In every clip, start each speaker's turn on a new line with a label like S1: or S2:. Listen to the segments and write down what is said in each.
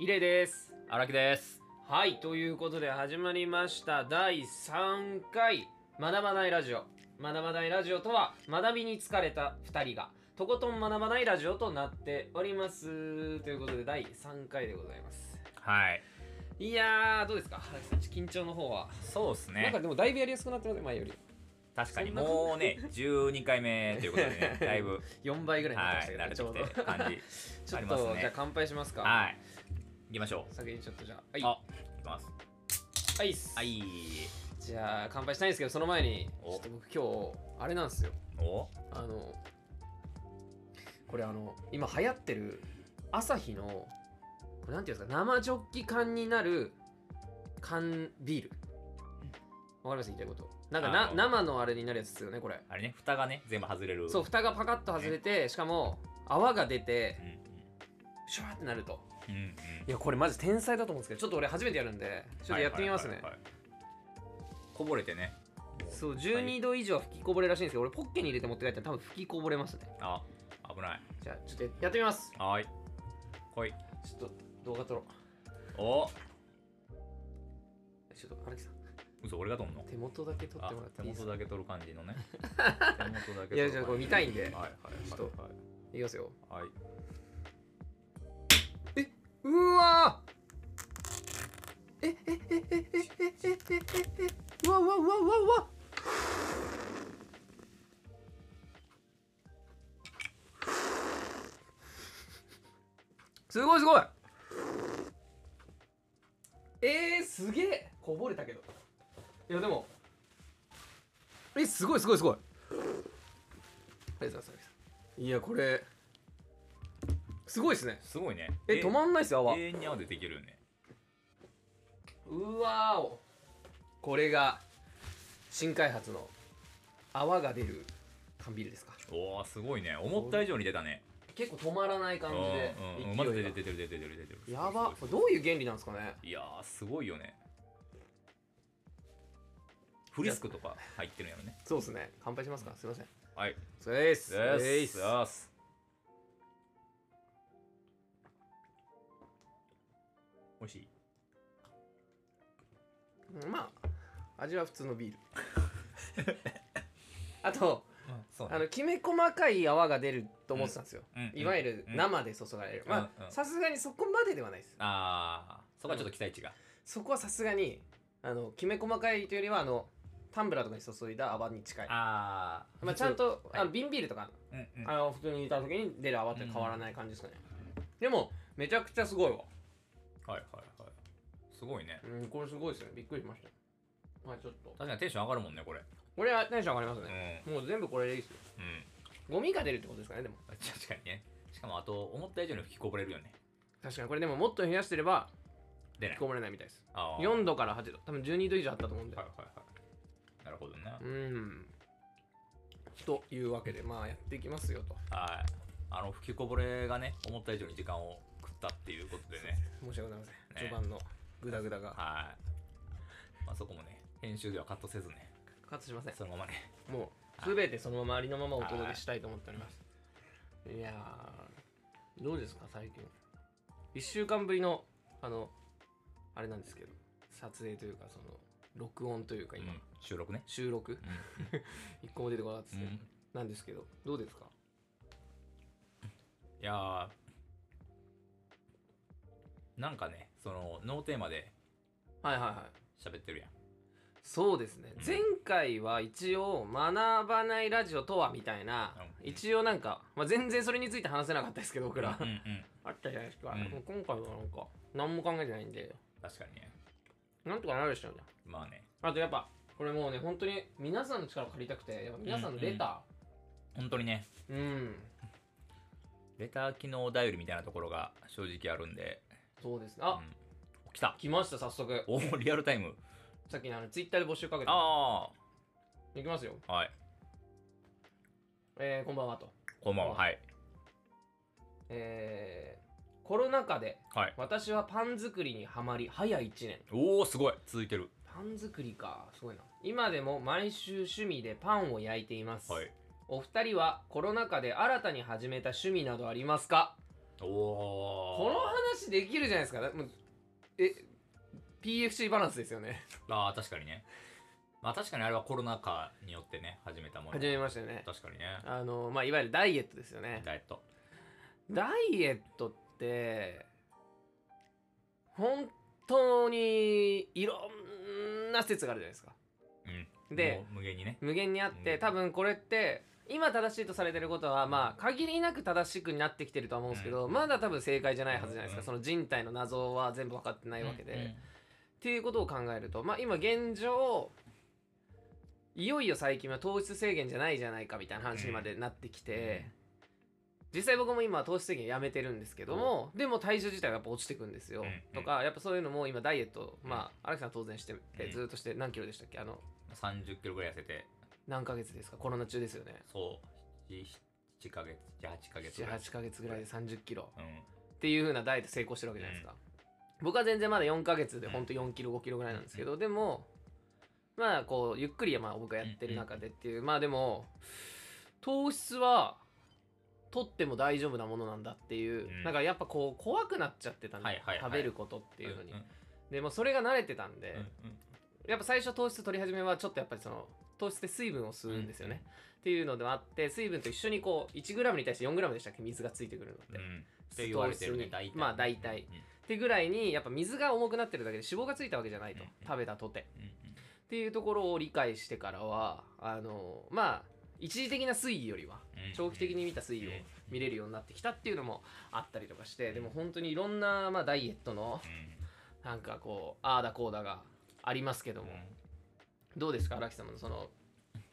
S1: イレイです
S2: 荒木です
S1: はいということで始まりました第3回学ばないラジオ学ばないラジオとは学びに疲れた2人がとことん学ばないラジオとなっておりますということで第3回でございます
S2: はい
S1: いやーどうですか原木さん緊張の方は、
S2: そうです
S1: なんか
S2: ね
S1: でもだいぶやりやすくなってますね前より
S2: 確かに
S1: そんな
S2: もうね12回目ということ でねだいぶ
S1: 4倍ぐらいになって
S2: は
S1: ましたけど、
S2: い慣れ
S1: ち
S2: て
S1: ょうど
S2: きてる感じ
S1: ちょ
S2: あ
S1: っ
S2: り
S1: と
S2: ます
S1: じゃあ
S2: ね
S1: 乾杯しますか
S2: はい行きましょう
S1: 先にちょっとじゃあはい
S2: あ行きます
S1: アイス
S2: はい
S1: じゃあ乾杯したいんですけどその前にち
S2: お
S1: ょっと僕今日あれなんですよ
S2: お
S1: あのこれあの今流行ってる朝日のこれなんていうんですか生ジョッキ缶になる缶ビールわかります言いたいことなんか
S2: あ
S1: な
S2: の
S1: 生のあれになるやつですよねこれ
S2: あれね蓋がね全部外れる
S1: そう蓋がパカッと外れてしかも泡が出て
S2: うん
S1: シュワーってなると
S2: うんうん
S1: いやこれマジ天才だと思うんですけどちょっと俺初めてやるんでちょっとやってみますね
S2: はいはいはいこぼれてね
S1: そう12度以上は吹きこぼれらしいんですけど俺ポッケに入れて持って帰ったら多分吹きこぼれますね
S2: あ危ない
S1: じゃあちょっとやってみます
S2: はい来い
S1: ちょっと動画撮ろう
S2: お
S1: ちょっと荒木さん
S2: 嘘俺が取んの
S1: 手元だけ撮っ
S2: あ
S1: てもらって
S2: 手
S1: いいです
S2: 元
S1: か
S2: だけ取る感じ のね手元だけ取る感
S1: いやじゃあこれ見たいんで
S2: はいはい
S1: ちょっと
S2: はい
S1: いきますよ
S2: はい、はいう
S1: わーええええええええええうわうわうわうわうわすごいすごいえー、すげえこぼれたけどいやでもえすごいすごいすごいありがとうございますありがとうございますいやこれすごいですね
S2: すごいね
S1: え止まんないっすよ泡
S2: 永遠に泡でできるよね
S1: うわーおこれが新開発の泡が出る缶ビールですか
S2: おおすごいね思った以上に出たね
S1: 結構止まらない感じで
S2: うんうんうん、
S1: 勢
S2: ま
S1: い
S2: だ
S1: が
S2: 出てる出てる出てる出てる
S1: やばこれ
S2: すごいすごいすごい
S1: どういう原理なんですかね
S2: いやーすごいよねフリスクとか入ってるんやろね
S1: そうですね乾杯しますかすいません
S2: はい
S1: それです
S2: よ
S1: それで
S2: し
S1: す
S2: よしおいしい
S1: うんまあ味は普通のビール あと
S2: そう
S1: あのきめ細かい泡が出ると思ってたんですよ、
S2: うんうん
S1: いわゆる生で注がれる、
S2: うん
S1: ま
S2: う
S1: あ
S2: ん
S1: さすがにそこまでではないです
S2: あーそこはちょっと期待値が
S1: そこはさすがにあのきめ細かいというよりはあのタンブラーとかに注いだ泡に近い
S2: あー
S1: まあ、ちゃんと、
S2: はい
S1: あの瓶ビールとか、
S2: うんうん
S1: あの普通にいた時に出る泡って変わらない感じですかね、でもめちゃくちゃすごいわ
S2: はいはいはいすごいね
S1: うんこれすごいですねびっくりしましたまあちょっと
S2: 確かにテンション上がるもんねこれ
S1: これはテンション上がります
S2: うん
S1: ね、もう全部これでいいですよ
S2: うん
S1: ゴミが出るってことですかねでも
S2: 確かにねしかもあと思った以上に吹きこぼれるよね
S1: 確かにこれでももっと冷やしてれば
S2: 出
S1: 引
S2: ない
S1: きこもれないみたいです
S2: あー
S1: 4度から8度多分12度以上あったと思うんで、
S2: はいはいはいなるほどね
S1: うんというわけでまあやっていきますよと
S2: はいあの吹きこぼれがね思った以上に時間を食ったっていうことでね
S1: 申し訳ございません、
S2: ね
S1: 序盤のグダグダが
S2: はいまあそこもね編集ではカットせずね
S1: カットしません
S2: そのままね
S1: もうすべてそのままありのままお届けしたいと思っております。いやー、どうですか、最近。1週間ぶりの、あの、あれなんですけど、撮影というか、その、録音というか、
S2: う
S1: 今、
S2: ん収録ね
S1: 収録、 一個も出てこなかったです
S2: う
S1: けど
S2: ん
S1: なんですけど、どうですか
S2: いやーなんかねそのノーテーマで
S1: はいはいはい。
S2: 喋ってるやん
S1: そうですね、
S2: うん
S1: 前回は一応学ばないラジオとはみたいな、
S2: うん
S1: 一応なんか、まあ、全然それについて話せなかったですけど僕ら、
S2: うんうん
S1: あったじゃないですか、
S2: うん
S1: もう今回はなんか何も考えてないんで
S2: 確かにね
S1: なんとかなるでしょうね
S2: まあね
S1: あとやっぱこれもうね本当に皆さんの力を借りたくてやっぱ皆さんのレタ
S2: 本当にね
S1: ーうん、
S2: レター機能頼りみたいなところが正直あるんで、
S1: そうですね
S2: う
S1: あ、
S2: ん、来た
S1: 来ました早速
S2: おーリアルタイム
S1: さっきのあのツイッターで募集かけて
S2: あ
S1: いきますよ
S2: あはい
S1: えー、こんばんはと
S2: こんばんははい
S1: えー、コロナ禍で
S2: はい
S1: 私はパン作りにはまり早1年
S2: おおすごい続いてる
S1: パン作りかすごいな今でも毎週趣味でパンを焼いています、
S2: はい
S1: お二人はコロナ禍で新たに始めた趣味などありますか
S2: おお
S1: この話できるじゃないですかだもうえ PFC バランスですよね
S2: ああ確かにねまあ確かにあれはコロナ禍によってね始めたもの
S1: 始めましたよね
S2: 確かにね
S1: あのまあいわゆるダイエットですよね
S2: ダイエット
S1: ダイエットって本当にいろんな説があるじゃないですか
S2: うん
S1: で
S2: もう無限にね
S1: 無限にあって、
S2: うん
S1: 多分これって今正しいとされてることはまあ限りなく正しくなってきてるとは思うんですけど、
S2: うん
S1: まだ多分正解じゃないはずじゃないですか、
S2: うん
S1: その人体の謎は全部分かってないわけで、
S2: うんうん
S1: っていうことを考えるとまあ今現状いよいよ最近は糖質制限じゃないじゃないかみたいな話にまでなってきて、実際僕も今糖質制限やめてるんですけども、でも体重自体はやっぱ落ちてくんですよ、
S2: うん
S1: とかやっぱそういうのも今ダイエットまあ荒木さん当然してて
S2: うん
S1: ずっとして何キロでしたっけあの
S2: 30キロぐらい痩せて
S1: 何ヶ月ですかコロナ中ですよね
S2: そう7ヶ月78ヶ月ぐらい
S1: 78ヶ月ぐらいで3 0キロ
S2: うん
S1: っていう風なダイエット成功してるわけじゃないですか、僕は全然まだ4ヶ月でほんと4キロ5キロぐらいなんですけど、でもまあこうゆっくりまあ僕がやってる中でっていう、まあでも糖質は取っても大丈夫なものなんだっていう、
S2: うん
S1: なんかやっぱこう怖くなっちゃってたんで、
S2: はいはいはい
S1: 食べることっていうのに、
S2: んん
S1: でもうそれが慣れてたんで、
S2: うん
S1: やっぱ最初糖質取り始めはちょっとやっぱりその糖質で水分を吸うんですよね、っていうのでもあって水分と一緒にこう 1g に対して 4g でしたっけ水がついてくるのって、
S2: うん
S1: っ
S2: うんって言われてるね大体
S1: まあ大体てぐらいにやっぱ水が重くなってるだけで脂肪がついたわけじゃないと、
S2: うん
S1: 食べたとて
S2: うんうん
S1: っていうところを理解してからはあのまあ一時的な推移よりは
S2: うんうん
S1: 長期的に見た推移を見れるようになってきたっていうのもあったりとかしてでも本当にいろんな、まあ、ダイエットのなんかこうああだこうだがありますけど
S2: うん
S1: も
S2: う、ん
S1: どうですか荒木様のその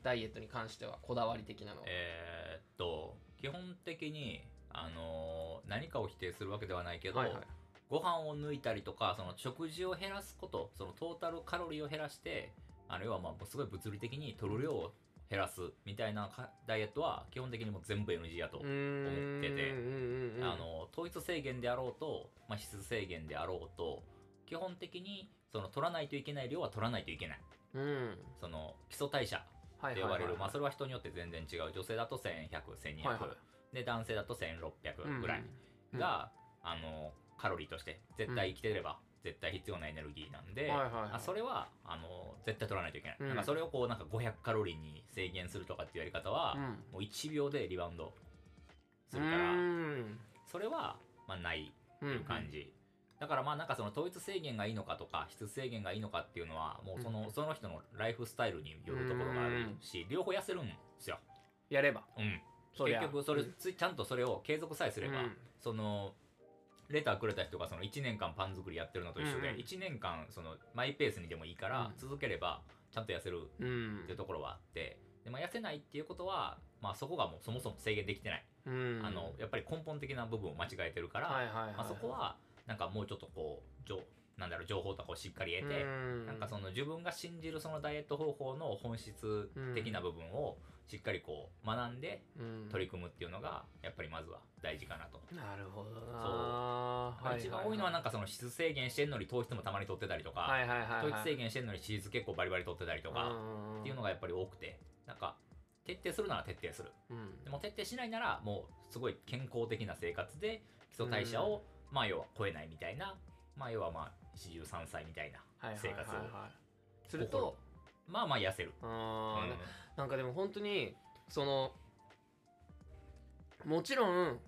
S1: ダイエットに関してはこだわり的なのは、
S2: えーっと基本的にあのー何かを否定するわけではないけど、
S1: はいはい
S2: ご飯を抜いたりとかその食事を減らすことそのトータルカロリーを減らしてあの要はまあすごい物理的に取る量を減らすみたいなかダイエットは基本的にもう全部 NG やと、
S1: うーん
S2: 思ってて
S1: うんうんうん
S2: あの糖質制限であろうと、まあ、脂質制限であろうと基本的にその取らないといけない量は取らないといけない
S1: うん
S2: その基礎代謝
S1: はい
S2: って
S1: はい
S2: 呼
S1: は
S2: ば
S1: い
S2: れる、まあ、そ
S1: れ
S2: れは人によって全然違う女性だと11001200、
S1: はいは
S2: で男性だと1600ぐらいが、あのカロリーとして絶対生きてれば絶対必要なエネルギーなんで、
S1: はいはいはい
S2: あそれはあの絶対取らないといけない、
S1: うん
S2: なんかそれをこうなんか500カロリーに制限するとかっていうやり方は、もう1秒でリバウンドするから、それは、まあ、ない
S1: て
S2: っていう感じ、だからまあなんかその統一制限がいいのかとか質制限がいいのかっていうのはもうその,、
S1: うん
S2: その人のライフスタイルによるところがあるし、両方痩せるんですよ、
S1: やれば
S2: うん、
S1: そり
S2: 結
S1: ゃ
S2: 局それ
S1: うん
S2: つちゃんとそれを継続さえすれば、
S1: うん
S2: そのレターくれた人がその1年間パン作りやってるのと一緒
S1: うん
S2: で、
S1: うん
S2: 一1年間そのマイペースにでもいいから
S1: うん
S2: 続ければちゃんと痩せ
S1: う
S2: るっ
S1: ん
S2: ていうところはあってで、まあ、痩せないっていうことは、まあ、そこがもうそもそも制限できてない、
S1: うん
S2: あのやっぱり根本的な部分を間違えてるから、
S1: はいはいはい
S2: まあ、そこはなんかもうちょっとこうじょなんだろう情報とかをしっかり得て、なんかその自分が信じるそのダイエット方法の本質的な部分をしっかりこう学んで
S1: の
S2: 取り組むっていうのがやっぱりまずは大事かなと。
S1: なるほどな
S2: そう
S1: は
S2: 一番多いのはなん
S1: か
S2: かその質制限してんのに糖質もたまに取ってたりとか、
S1: はいはいはい
S2: 糖質制限してんのに脂質結構バリバリ取ってたりと
S1: と
S2: かっていうのがやっぱり多くてなんか徹底するなら徹底するでも徹底しないならもうすごい健康的な生活で基礎代謝をまあ要は超えないみたいなまあ要はまあ43歳みたいな生活を
S1: すると
S2: まあまあ痩せる。
S1: あ
S2: うん
S1: ーなんかでも本当にそのもちろん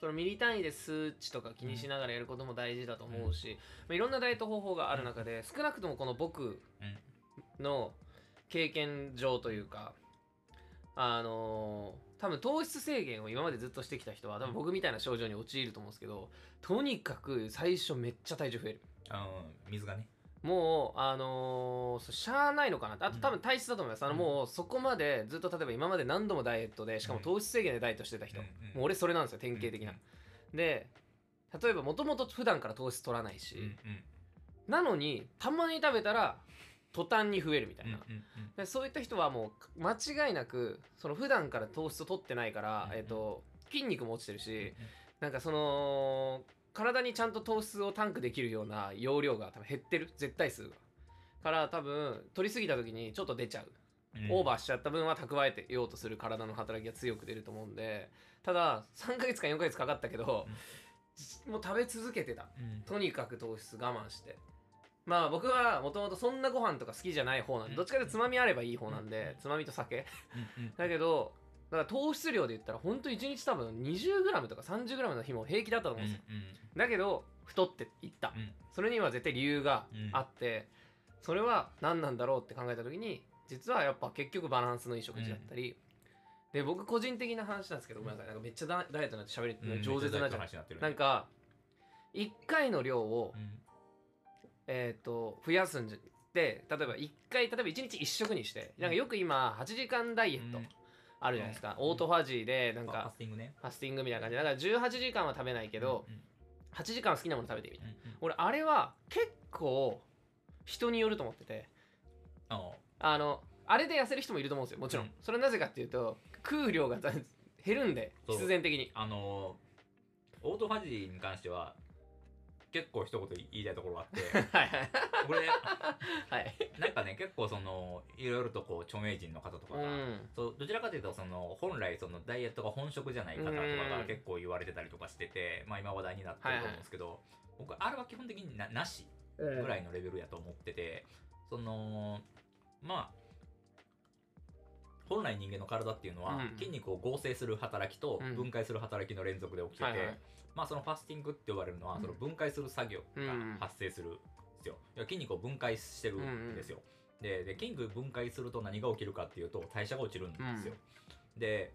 S1: そのミリ単位で数値とか気にしながらやることも大事だと思うし、まあ、いろんなダイエット方法がある中で少なくともこの僕
S2: うん
S1: の経験上というかあのー多分糖質制限を今までずっとしてきた人は多分僕みたいな症状に陥ると思うんですけどとにかく最初めっちゃ体重増える
S2: うん水がね。
S1: もうあのーそうしゃあないのかなってあと多分体質だと思います、あの
S2: うん
S1: もうそこまでずっと例えば今まで何度もダイエットでしかも糖質制限でダイエットしてた人、
S2: うん
S1: も
S2: うん
S1: う俺それなんですよ典型的な、で例えばもともと普段から糖質取らないし、
S2: うんうん
S1: なのにたまに食べたら途端に増えるみたい
S2: うん
S1: な、
S2: うんうん
S1: でそういった人はもう間違いなくその普段から糖質を取ってないから、
S2: うん
S1: えっと筋肉も落ちてるし、
S2: うん
S1: なんかその体にちゃんと糖質をタンクできるような容量が多分減ってる絶対数がから多分取りすぎた時にちょっと出ちゃう、
S2: うん
S1: オーバーしちゃった分は蓄えてようとする体の働きが強く出ると思うんでただ3ヶ月間4ヶ月かかったけど、もう食べ続けてた
S2: うん
S1: とにかく糖質我慢してまあ僕はもともとそんなご飯とか好きじゃない方なん
S2: う
S1: で
S2: ん
S1: どっちかというとつまみあればいい方なんで
S2: うん
S1: つまみと酒
S2: うんうん
S1: だけどだから糖質量で言ったらほんと1日多分 20g とか 30g の日も平気だったと思うんですよ、だけど太っていった
S2: うん
S1: それには絶対理由が
S2: うん
S1: あってそれは何なんだろうって考えた時に実はやっぱ結局バランスのいい食事だったりで僕個人的な話なんですけどごめんなさいなんかめっちゃダダイエットになって喋り
S2: うん
S1: 饒舌になっちゃう
S2: 話になってるね
S1: なんか1回の量を
S2: う、ん
S1: えー、と増やすんじゃで例えば1回例えば1日1食にしてなんかよく今8時間ダイエット
S2: うん
S1: あるじゃないですか、
S2: うん
S1: オートファジーでなん
S2: ファ
S1: か
S2: スティングね
S1: ファスティングみたいな感じでだから18時間は食べないけど
S2: うんうん
S1: 8時間好きなもの食べてみたいな
S2: うんうん
S1: 俺あれは結構人によると思ってて
S2: ああ
S1: あのあれで痩せる人もいると思うんですよもちろん、
S2: うん
S1: それはなぜかっていうと食う量が減るんで
S2: そう
S1: 必然的に
S2: あのーオートファジーに関しては結構一言言いたいところがあ って
S1: はいはい
S2: これ
S1: はい
S2: なんかね結構そのいろいろとこう著名人の方とか
S1: う
S2: が、
S1: ん
S2: そうどちらかというとその本来そのダイエットが本職じゃない方とか
S1: う
S2: が
S1: ん
S2: 結構言われてたりとかしてて、まあ、今話題になってると思うんですけど、僕あれは基本的にななしぐらいのレベルやと思ってて、そのまあ本来人間の体っていうのは
S1: うん
S2: 筋肉を合成する働きと
S1: うん
S2: 分解する働きの連続で起きてて、
S1: はいはい
S2: まあそのファスティングって呼ばれるのは
S1: うん
S2: その分解する作業
S1: うん
S2: が発生するんですよ。いや筋肉を分解してるんですよ。でで筋肉分解すると何が起きるかっていうと代謝が落ちるんですよ。で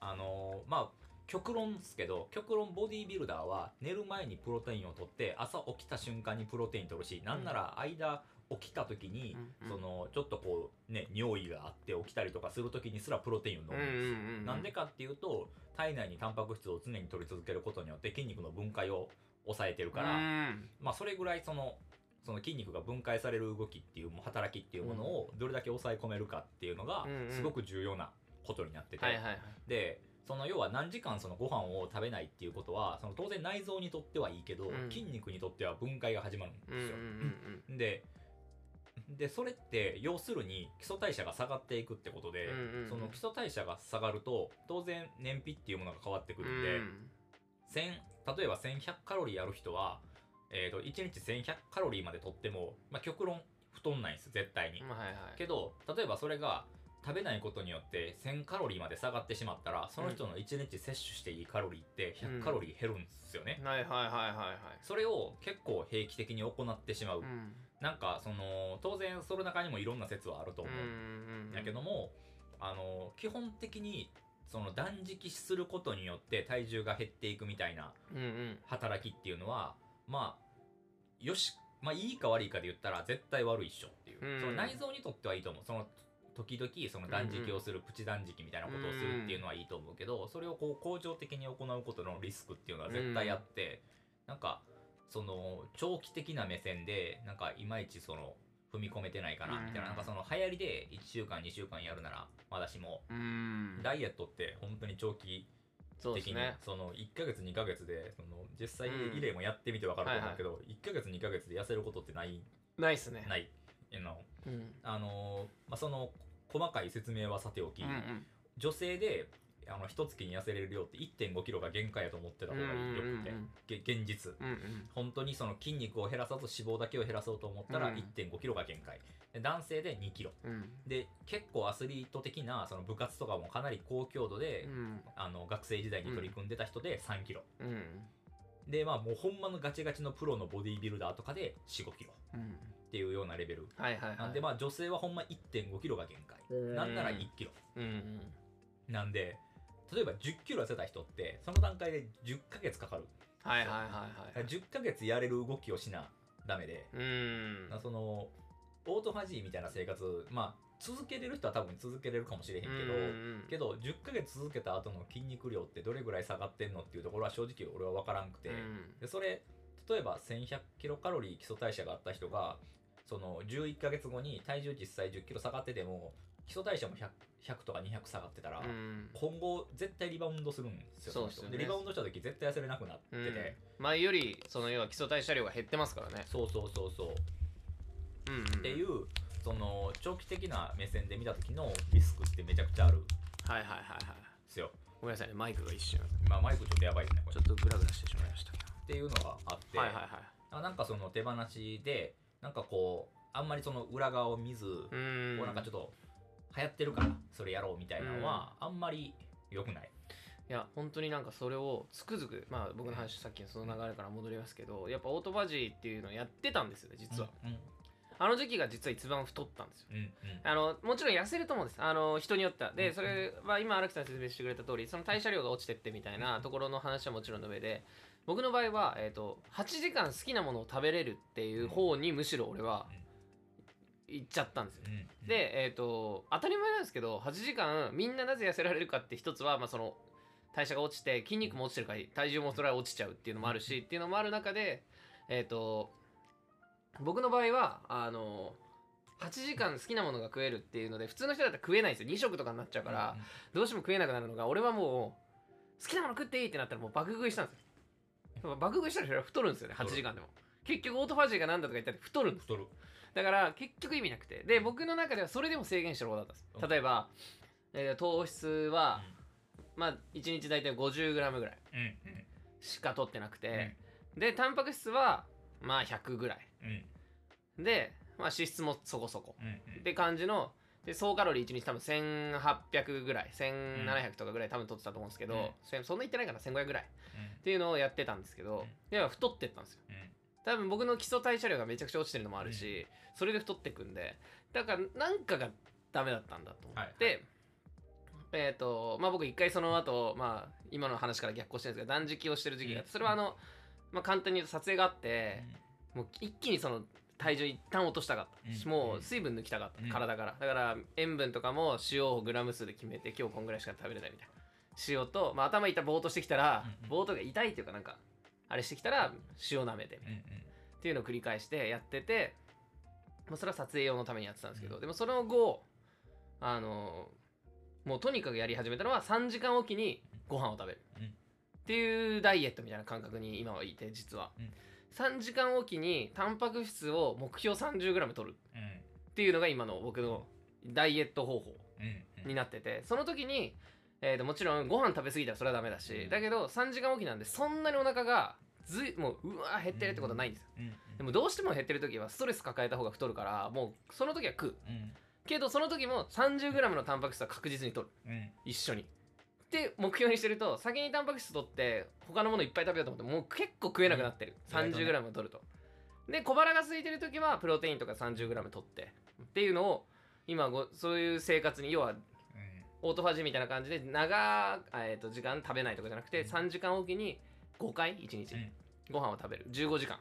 S2: あのーまあ極論ですけど極論ボディービルダーは寝る前にプロテインを取って朝起きた瞬間にプロテイン取るしなんなら間起きた時に、
S1: うん
S2: そのちょっとこうね尿意があって起きたりとかする時にすらプロテインを飲むん
S1: う
S2: で
S1: ん
S2: す
S1: うん
S2: よ。
S1: うんうん
S2: なんでかっていうと体内にタンパク質を常に取り続けることによって筋肉の分解を抑えてるから、
S1: うん
S2: まあそれぐらいそのその筋肉が分解される動きっていうも働きっていうものをどれだけ抑え込めるかっていうのが
S1: うんうん
S2: すごく重要なことになってて、
S1: はいはいはい
S2: でその要は何時間そのご飯を食べないっていうことはその当然内臓にとってはいいけど、
S1: うん
S2: 筋肉にとっては分解が始まるんです
S1: う
S2: よ
S1: ん。うんうん
S2: ででそれって要するに基礎代謝が下がっていくってことで、
S1: うんうん
S2: その基礎代謝が下がると当然燃費っていうものが変わってくるんで、1000例えば1100カロリーやる人は、えー、と1日1100カロリーまでとっても、まあ、極論太んないんです絶対に
S1: う。んはいはい
S2: けど例えばそれが食べないことによって1000カロリーまで下がってしまったらその人の1日摂取していいカロリーって
S1: うん
S2: 100カロリー減るんですよね。
S1: はいはいはいはいはい
S2: それを結構平気的に行ってしまう
S1: うん
S2: なんかその当然その中にもいろんな説はあると思うん
S1: うん
S2: だけども、あの基本的にその断食することによって体重が減っていくみたいな
S1: うんうん
S2: 働きっていうのはまあよしまあいいか悪いかで言ったら絶対悪いっしょっていう、
S1: うん
S2: その内臓にとってはいいと思うその時々その断食をする、プチ断食みたいなことをするっていうのはいいと思うけど、それをこう恒常的に行うことのリスクっていうのは絶対あって、なんかその長期的な目線でなんかいまいちその踏み込めてないかなみたいな,、
S1: うん
S2: なんかその流行りで1週間2週間やるならまだしも、
S1: うん
S2: ダイエットって本当に長期
S1: そうで
S2: 的
S1: す
S2: に
S1: ね
S2: その1ヶ月2ヶ月でその実際
S1: うん
S2: イレもやってみて分かると思うけど、1ヶ月2ヶ月で痩せることってない
S1: ないっすね
S2: ないあの
S1: うん
S2: あのーまあその細かい説明はさておき、
S1: うんうん
S2: 女性であの一月に痩せれる量って1 5キロが限界やと思ってた方がよくて、げ現実
S1: うんうん
S2: 本当にその筋肉を減らさず脂肪だけを減らそうと思ったら
S1: うん
S2: 1 5キロが限界で男性で2キロ
S1: うん
S2: で結構アスリート的なその部活とかもかなり高強度で、
S1: うん
S2: あの学生時代に取り組んでた人で3キロ、
S1: うんうん
S2: でまあもうほんまのガチガチのプロのボディビルダーとかで4 5キロ
S1: うん
S2: っていうようなレベル
S1: はいはいはい
S2: なんでまあ女性はほんま1 5キロが限界なんなら1キロ
S1: うんうん
S2: なんで例えば1 0キロ痩せた人ってその段階で10ヶ月かかる
S1: はいはいはいはい
S2: 10ヶ月やれる動きをしなダメで、
S1: うん
S2: そのオートファジーみたいな生活まあ続けれる人は多分続けれるかもしれへんけど、
S1: うん
S2: けど10ヶ月続けた後の筋肉量ってどれぐらい下がってんのっていうところは正直俺は分からんくて、
S1: うん
S2: でそれ例えば1100キロカロリー基礎代謝があった人がその11ヶ月後に体重実際10キロ下がってても基礎代謝も 100, 100とか200下がってたら、
S1: うん
S2: 今後絶対リバウンドするんですよ
S1: そうっす
S2: そ
S1: よ
S2: の
S1: ね
S2: 人でリバウンドした時絶対痩せれなくなって
S1: うん
S2: て、
S1: 前よりその要は基礎代謝量が減ってますからね
S2: そうそうそうそう
S1: うんっ
S2: っていううその長期的な目線で見た時のリスクってめちゃくちゃあるんで
S1: はいはいはいはい
S2: すよ
S1: ごめんなさいねマイクが一瞬
S2: まあマイクちょっとやばいですねこれ
S1: ちょっとグラグラしてしまいましたけ
S2: っていうのがあって、
S1: どはいはいはい
S2: あなんかその手放しでなんかこうあんまりその裏側を見ず、
S1: う
S2: こ
S1: ーん
S2: うなんかちょっと流行ってるからそれやろうみたいなのはあんまり良くない、
S1: いや本当になんかそれをつくづくまあ僕の話さっきのその流れから戻りますけどやっぱオートバジーっていうのをやってたんですよね実は、
S2: うん
S1: あの時期が実は一番太ったんですよ
S2: うんうん
S1: あのもちろん痩せると思うんですあの人によっては
S2: う
S1: で
S2: ん
S1: それは今荒木さんが説明してくれた通りその代謝量が落ちてってみたいなところの話はもちろんの上で僕の場合は、えー、と8時間好きなものを食べれるっていう方にむしろ俺は行っちゃったんですよ
S2: うんうんうん
S1: で、えー、と当たり前なんですけど8時間みんななぜ痩せられるかって一つは、まあ、その代謝が落ちて筋肉も落ちてるから体重もそれは落ちちゃうっていうのもあるしっていうのもある中で、えー、と僕の場合はあの8時間好きなものが食えるっていうので普通の人だったら食えないんですよ2食とかになっちゃうから、どうしても食えなくなるのが俺はもう好きなもの食っていいってなったらもう爆食いしたんですよ爆食いしたらそれは太るんですよね8時間でも結局オートファジーが何だとか言ったら太るんです
S2: 太る
S1: だから結局意味なくてで僕の中ではそれでも制限してる方だったんです
S2: うん
S1: 例えば、えー糖質は、まあ1日大体 50g ぐらい
S2: うんうん
S1: しか取ってなくて、でタンパク質はまあ100ぐらい
S2: うん
S1: で、まあ、脂質もそこそこ
S2: うんうん
S1: って感じので総カロリー1日多分1800ぐらい1700とかぐらい多分取ってたと思うんですけど、
S2: うん
S1: せんそんな言ってないかな1500ぐらいっ
S2: うん
S1: ていうのをやってたんですけ
S2: う
S1: ど
S2: ん、
S1: では太ってったんですよ
S2: うん
S1: 多分僕の基礎代謝量がめちゃくちゃ落ちてるのもあるし、それで太ってくんでだからなんかがダメだったんだと思って、
S2: は
S1: えっ、とまあ僕一回その後まあ今の話から逆行してるんですけど断食をしてる時期があって
S2: うん
S1: それはあの、まあ、簡単に言うと撮影があって、もう一気にその体重一旦落としたかったし、
S2: うん
S1: もう水分抜きたかった、
S2: うん
S1: 体からだから塩分とかも塩をグラム数で決めて今日こんぐらいしか食べれないみたいな塩と、まあ、頭痛いぼーっとしてきたら、
S2: うん
S1: ぼーっとが痛いっていうかなんかあれしてきたら塩舐めてみたいな
S2: うんうん
S1: っていうのを繰り返してやってて、まあ、それは撮影用のためにやってたんですけど、でもその後あのもうとにかくやり始めたのは3時間おきにご飯を食べる、
S2: うん
S1: っていうダイエットみたいな感覚に今はいて実は、
S2: うん
S1: 3時間おきにタンパク質を目標 30g 取る
S2: うん
S1: っていうのが今の僕のダイエット方法
S2: うんうん
S1: になっててその時に、えー、ともちろんご飯食べ過ぎたらそれはダメだし、
S2: うん
S1: だけど3時間おきなんでそんなにお腹がずいもううわー減ってるってことはないんですよ
S2: うん
S1: でもどうしても減ってる時はストレス抱えた方が太るからもうその時は食う
S2: うん
S1: けどその時も 30g のタンパク質は確実に取る
S2: うん
S1: 一緒にって目標にしてると先にタンパク質取って他のものいっぱい食べようと思ってもう結構食えなくなってる、
S2: うん意外とね
S1: 30g を取るとで小腹が空いてる時はプロテインとか 30g 取ってっていうのを今ごそういう生活に要は
S2: うん
S1: オートファジーみたいな感じで長、えー、と時間食べないとかじゃなくて
S2: うん
S1: 3時間おきに5回1日
S2: うん
S1: ご飯を食べる15時間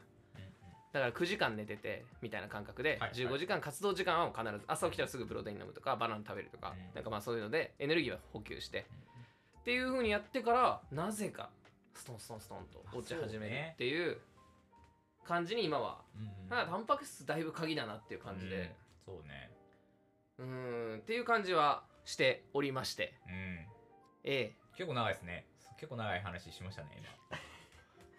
S1: だから9時間寝ててみたいな感覚で
S2: はい
S1: 15時間活動時間は必ず朝起きたらすぐプロテイン飲むとかバナナ食べるとか
S2: うん
S1: なんかまあそういうのでエネルギーは補給してっていう風にやってからなぜかストンストンストンと落ち始めるっていう感じに今は
S2: うんうん
S1: ただタンパク質だいぶ鍵だなっていう感じで
S2: うんそうね
S1: うーんっていう感じはしておりまして
S2: うん
S1: え
S2: 結構長いですね結構長い話しましたね今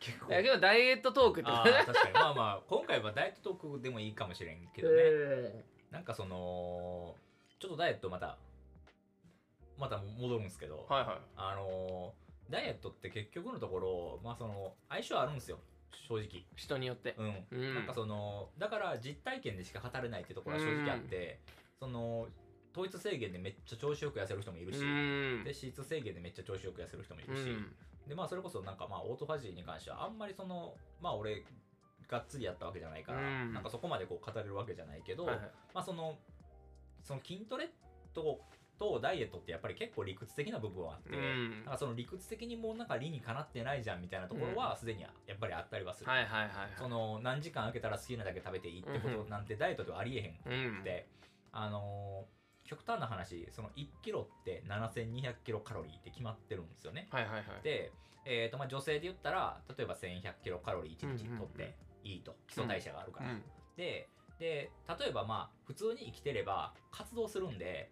S2: 結構
S1: えいや今日ダイエットトークって
S2: あー確かにまあまあ今回はダイエットトークでもいいかもしれんけどね、
S1: え
S2: なんかそのちょっとダイエットまたまた戻るんですけど、
S1: ーはいはい
S2: あのーダイエットって結局のところまあその相性あるんですよ正直
S1: 人によって
S2: うん、
S1: うん
S2: なんかそのだから実体験でしか語れないってところは正直あって、その統一制限でめっちゃ調子よく痩せる人もいる
S1: う
S2: し、
S1: ーん
S2: で脂質制限でめっちゃ調子よく痩せる人もいうるし、
S1: ん
S2: でまあそれこそなんかまあオートファジーに関してはあんまりそのまあ俺がっつりやったわけじゃないから、
S1: うん
S2: なんかそこまでこう語れるわけじゃないけど、
S1: はいはい
S2: まあそのその筋トレととダイエットってやっぱり結構理屈的な部分はあって、
S1: うん
S2: なんかその理屈的にもうなんか理にかなってないじゃんみたいなところはすでにやっぱりあったりはする、
S1: はいはいはいはい
S2: その何時間空けたら好きなだけ食べていいってこ
S1: うん
S2: と
S1: うん
S2: なんてダイエットではありえへん
S1: うん
S2: で、あのー極端な話その1キロって7200キロカロリーって決まってるんですよね
S1: はいはいはい
S2: で、えーとまあ、女性で言ったら例えば1100キロカロリー1日
S1: うんうんうん
S2: とっていいと、基礎代謝があるか
S1: う
S2: ら、
S1: ん
S2: でで例えばまあ普通に生きてれば活動するんで